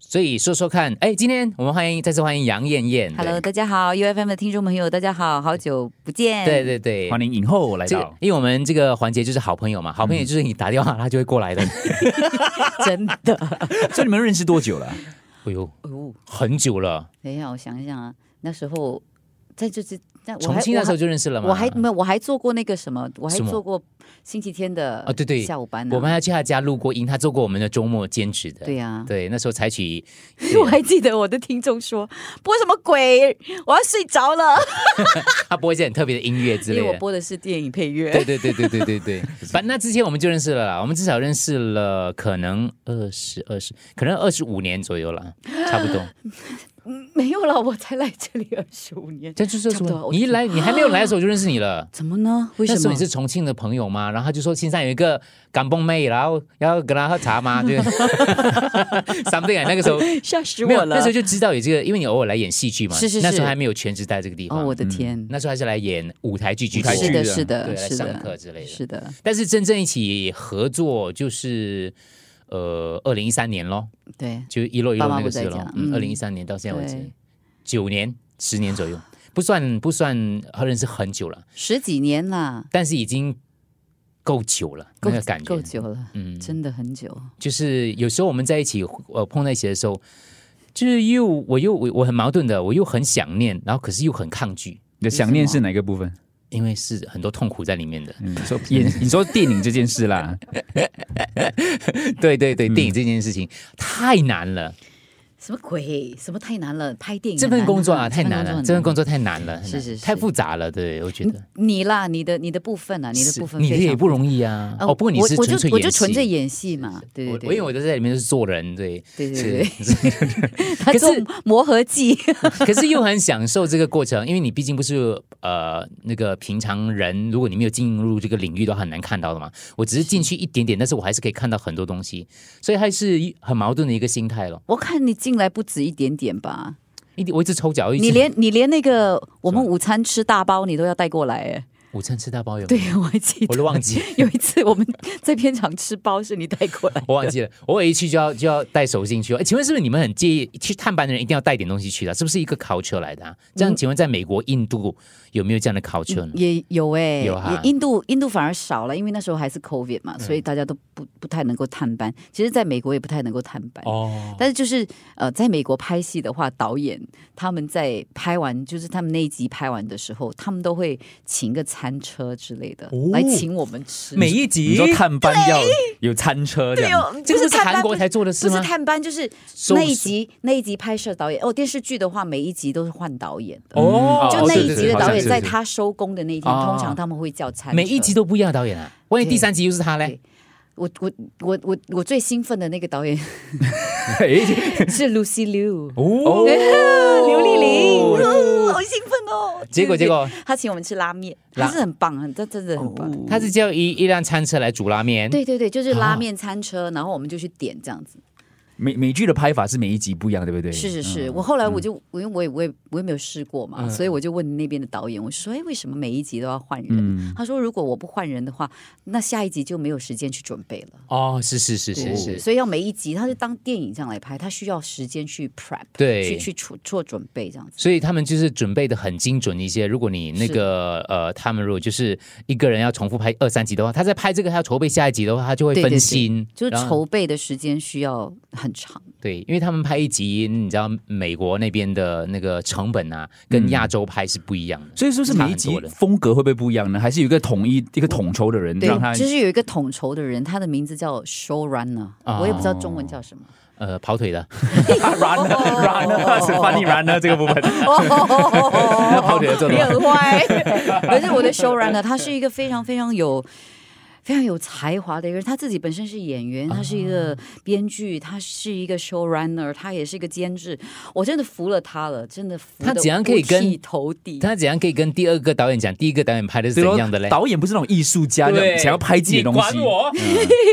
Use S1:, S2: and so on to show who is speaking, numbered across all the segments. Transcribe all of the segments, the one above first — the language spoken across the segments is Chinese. S1: 所以说说看，哎，今天我们欢迎再次欢迎杨艳艳。对
S2: Hello，大家好，UFM 的听众朋友，大家好，好久不见。
S1: 对对对，
S3: 欢迎影后来
S1: 这
S3: 到。
S1: 因为我们这个环节就是好朋友嘛，好朋友就是你打电话他就会过来的。
S2: 真 的。
S3: 所以你们认识多久了？
S1: 哎呦，
S2: 哦，
S1: 很久了，
S2: 等一下，我想一想啊，那时候在就是在我
S1: 重
S2: 还
S1: 庆那时候就认识了嘛。
S2: 我还我还没有，我还做过那个什么，我还
S1: 什么
S2: 做过星期天的
S1: 啊对对
S2: 下午班呢。
S1: 我们还去他家录过音，他做过我们的周末兼职的。
S2: 对啊呀，
S1: 对，那时候采取
S2: 我还记得我的听众说播什么鬼，我要睡着了，
S1: 他播一些很特别的音乐之
S2: 因为
S1: 类
S2: 我
S1: 的。
S2: 播的是电影配乐。
S1: 对对对对对对对， 反正那之前我们就认识了啦，我们至少认识了可能二十二十，可能二十五年左右了，差不多。
S2: 嗯 没有了，我才来这里二十五年，
S1: 这就是
S2: 差不多
S1: 你一来，你还没有来的时候我就认识你了。
S2: 怎么呢？为
S1: 那
S2: 什
S1: 时候你？
S2: 么
S1: 是重庆的朋友嘛，然后他就说青山有一个港蹦妹，然后要跟她喝茶嘛， 对，something 啊，那个时候
S2: 吓死
S1: 没有，
S2: 我了
S1: 那时！候就知道有这个，因为你偶尔来演戏剧嘛，
S2: 是是是
S1: 那时候还没有全职在这个地方，
S2: 哦，我的天，
S1: 那时候还是来演舞台剧居
S3: 舞
S1: 多，
S3: 台
S2: 是
S3: 剧
S2: 的，
S3: 的
S2: 是的，
S1: 对，来
S2: 是
S1: 上课
S2: 的，
S1: 之类的，
S2: 是的，
S1: 但是真正一起合作就是呃二零一三年咯，
S2: 对，
S1: 就一路一路
S2: 爸妈
S1: 那
S2: 不
S1: 个
S2: 在
S1: 事
S2: 家
S1: 咯，嗯，二零
S2: 嗯
S1: 一三年到现在为止
S2: 对，
S1: 九年十年左右，不算不算认识很久了，
S2: 十几年啦，
S1: 但是已经够久了，
S2: 够
S1: 那个感觉
S2: 够久了，
S1: 嗯，
S2: 真的很久。
S1: 就是有时候我们在一起呃碰在一起的时候。就是又我又我我很矛盾的，我又很想念，然后可是又很抗拒，
S3: 你的想念是哪个部分？
S1: 因为是很多痛苦在里面 的。
S3: 嗯，说演，你说电影这件事啦，
S1: 对对对，电影这件事情太难了，
S2: 什么鬼？什么太难了？拍电影
S1: 这
S2: 很
S1: 份
S2: 难
S1: 工作
S2: 啊
S1: 啊太难了，这份工
S2: 作
S1: 作太难了，很
S2: 是
S1: 难
S2: 是是
S1: 太复杂了，对我觉得
S2: 很难你啦，你的你的部分啊，你的
S1: 是
S2: 部分
S1: 你的
S2: 非
S1: 也
S2: 常
S1: 不容易啊。
S2: 呃
S1: 哦，不过你
S2: 我
S1: 是
S2: 我
S1: 纯
S2: 就
S1: 粹
S2: 我就纯粹
S1: 演戏
S2: 演戏嘛，对
S1: 我我
S2: 对
S1: 因
S2: 对，
S1: 为我都在里面是做人，对
S2: 对对对
S1: 是
S2: 对，他
S1: 可
S2: 做
S1: 是
S2: 磨合剂，
S1: 可是又很享受这个过程，因为你毕竟不是呃那个平常人，如果你没有进入这个领域的话，很难看到的嘛。我只是进去一点点，但是我还是可以看到很多东西，所以还是一很矛盾的一个心态咯。
S2: 我看你进来不止一点点吧，
S1: 一我一直抽脚，一直
S2: 你连你连那个我们午餐吃大包你都要带过来，哎，
S1: 午餐吃大包有没有
S2: 对我还记
S1: 我
S2: 得
S1: 都忘记。
S2: 有一次我们在片场吃包是你带过来，
S1: 我忘记了，我偶尔一去就要就要带手信去哦。哎，请问是不是你们很介意去探班的人一定要带点东西去的啊？是不是一个 culture 来的、啊？这样，请问在美国、印度有没有这样的 culture 呢？
S2: 也有哎、
S1: 嗯有哈嗯
S2: 也印度印度反而少了，因为那时候还是 COVID 嘛，所以大家都不不太能够探班。其实，在美国也不太能够探班。
S1: 哦，
S2: 但是就是呃，在美国拍戏的话，导演他们在拍完，就是他们那一集拍完的时候，他们都会请个餐车之类的、
S1: 哦
S2: 来请我们吃。
S1: 每一集
S3: 你说探班要有餐车这
S2: 对
S3: 样，
S2: 哦，
S1: 这个
S2: 不
S1: 不是
S2: 探班
S1: 韩国
S2: 不
S1: 才做的事
S2: 不是
S1: 吗？
S2: 探班，就是
S1: 收
S2: 那一集那一集拍摄导演哦，电视剧的话每一集都是换导演的，
S1: 哦
S2: 就那
S1: 对
S2: 一
S1: 对
S2: 集
S1: 对
S2: 的
S1: 好
S2: 导
S1: 像
S2: 演
S1: 是
S2: 在
S1: 是
S2: 他收工的那一天，
S1: 哦
S2: 通常他们会叫餐车。
S1: 每一集都不一样的导演啊，万一
S2: 对
S1: 第三集又是他嘞
S2: 对？我我我我我最兴奋的那个导 演
S3: 哎
S2: 是 Lucy Liu，
S1: 哦，
S2: 刘丽玲，哦好兴奋哦！
S1: 结果
S2: 对
S1: 结果
S2: 他请我们吃拉面，
S1: 拉哦
S2: 他是很棒，很他真的很棒。
S1: 他是叫一一辆餐车来煮拉面，
S2: 对对对，
S1: 啊
S2: 就是拉面餐车，然后我们就去点这样子。
S3: 美美剧的拍法是每一集不一样，对不
S1: 哎
S3: 对？
S2: 是是是，
S3: 嗯
S2: 我后来我就因为我也我也我也没有试过嘛，
S1: 嗯
S2: 所以我就问那边的导演，我说：“哎，为什么每一集都要换人？”
S3: 嗯，
S2: 他说：“如果我不换人的话，那下一集就没有时间去准备了。
S1: 哦，是是是是
S2: 对
S1: 是，
S2: 所以要每一集，他是当电影这样来拍，他需要时间去 prep，去
S1: 对。
S2: 去做做准备这样子。
S1: 所以他们就是准备的很精准一些。如果你那个呃，他们如果就是一个人要重复拍二三集的话，他在拍这个，他要筹备下一集的话，他就会
S2: 对对
S1: 分心，
S2: 就是
S1: 然后
S2: 筹备的时间需要很长，
S1: 对，因为他们拍一集，你知道美国那边的那个成本啊，跟亚洲拍是不一样的。
S3: 所以说是每一
S1: 差
S3: 集
S1: 很多的
S3: 风格会不会不一样呢？还是有一个统一一个统筹的人
S2: 对
S3: 让他，
S2: 就是有一个统筹的人，他的名字叫 showrunner，、
S1: 哦
S2: 我也不知道中文叫什么。
S1: 呃，跑腿的，
S3: run run 是 funny run 呢这个部分，
S2: 哦
S3: 跑腿的这
S2: 你
S3: 种
S2: 很坏。可是我的 showrunner 他是一个非常非常有。非常有才华的一个人，他自己本身是演员，
S1: 啊
S2: 他是一个编剧，他是一个 showrunner，他也是一个监制。我真的服了他了，真的服
S1: 他
S2: 得
S1: 怎样可以
S2: 五
S1: 跟
S2: 体投地？
S1: 他怎样可以跟第二个导演讲第一个导演拍的是
S3: 对
S1: 怎
S3: 咯
S1: 样的嘞？
S3: 导演不是那种艺术家，那种想要拍自己的东西，
S1: 我，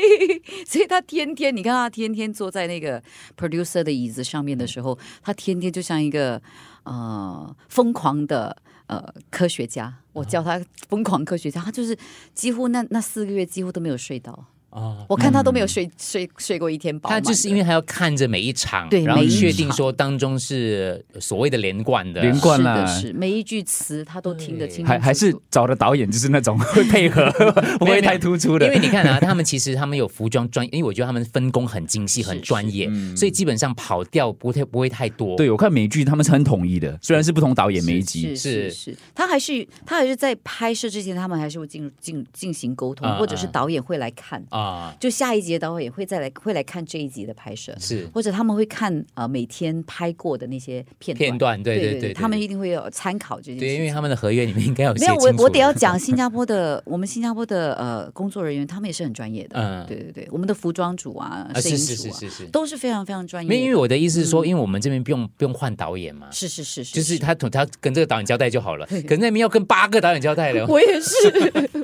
S2: 所以他天天，你看他天天坐在那个 producer 的椅子上
S1: 嗯
S2: 面的时候，他天天就像一个呃疯狂的呃科
S1: 哦
S2: 学家，我叫他疯狂科学家，他就是几乎那那四个月几乎都没有睡到，
S3: 啊，
S2: 我看他都没有睡睡睡过一天
S1: 嗯
S2: 饱
S1: 他
S2: 满的。
S1: 就是因为还要看着每一场，
S2: 对
S1: 然后
S2: 每一
S1: 确定说当中是所谓的连贯的。
S3: 连贯
S2: 是
S3: 啦
S2: 的是每一句词他都听得清清楚
S3: 还
S2: 楚，
S3: 还是找的导演就是那种会配合，不会太突出的
S1: 因。为你看啊，他们其实他们有服装专，因为我觉得他们分工很精细、
S2: 是嗯
S1: 很专业，所以基本上跑调不太不会太多。
S3: 对，我看美剧他们是很统一的，虽然是不同导演每一
S2: 是
S3: 集
S2: 是
S1: 是
S2: 是，他还是他还是在拍摄之前，他们还是会进入进进行沟通，
S1: 啊
S2: 或者是
S1: 啊
S2: 导演会来看，
S1: 啊，
S2: 就下一集的导演会再来会来看这一集的拍摄，
S1: 是
S2: 或者他们会看呃每天拍过的那些片
S1: 片段，对
S2: 对
S1: 对对，
S2: 他们一定会有参考这件事
S1: 对，
S2: 情。
S1: 因为他们的合约里面应该有
S2: 没
S1: 写
S2: 有，
S1: 清楚
S2: 我我得要
S1: 的
S2: 讲新加坡的，我们新加坡的呃工作人员，他们也是很专业的。
S1: 嗯
S2: 对对对，我们的服装组啊，
S1: 啊，
S2: 摄
S1: 是
S2: 影
S1: 是是
S2: 组啊，
S1: 是是，
S2: 都是非常非常专业
S1: 没有，因为
S2: 的。
S1: 我的意思是说，因为我们这边不用不用换导演嘛，
S2: 嗯是是是是，
S1: 就是他他跟这个导演交代就好了，可是那边要跟八个导演交代了。
S2: 我 也是，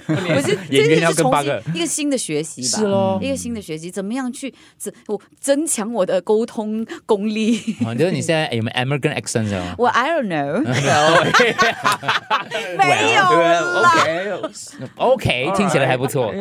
S2: 我是
S3: 演
S2: 真
S3: 员
S2: 的
S3: 要
S2: 是
S3: 跟
S2: 重
S3: 八个
S2: 新一个新的学习吧，
S1: 是咯
S2: 一个新的学习，怎么样去增我增强我的沟通功力？
S1: 哦，你说你现在有没啊有 American accent 是 吗？
S2: 我 I don't know，没有啦。
S3: OK，
S1: OK，听起来还不错。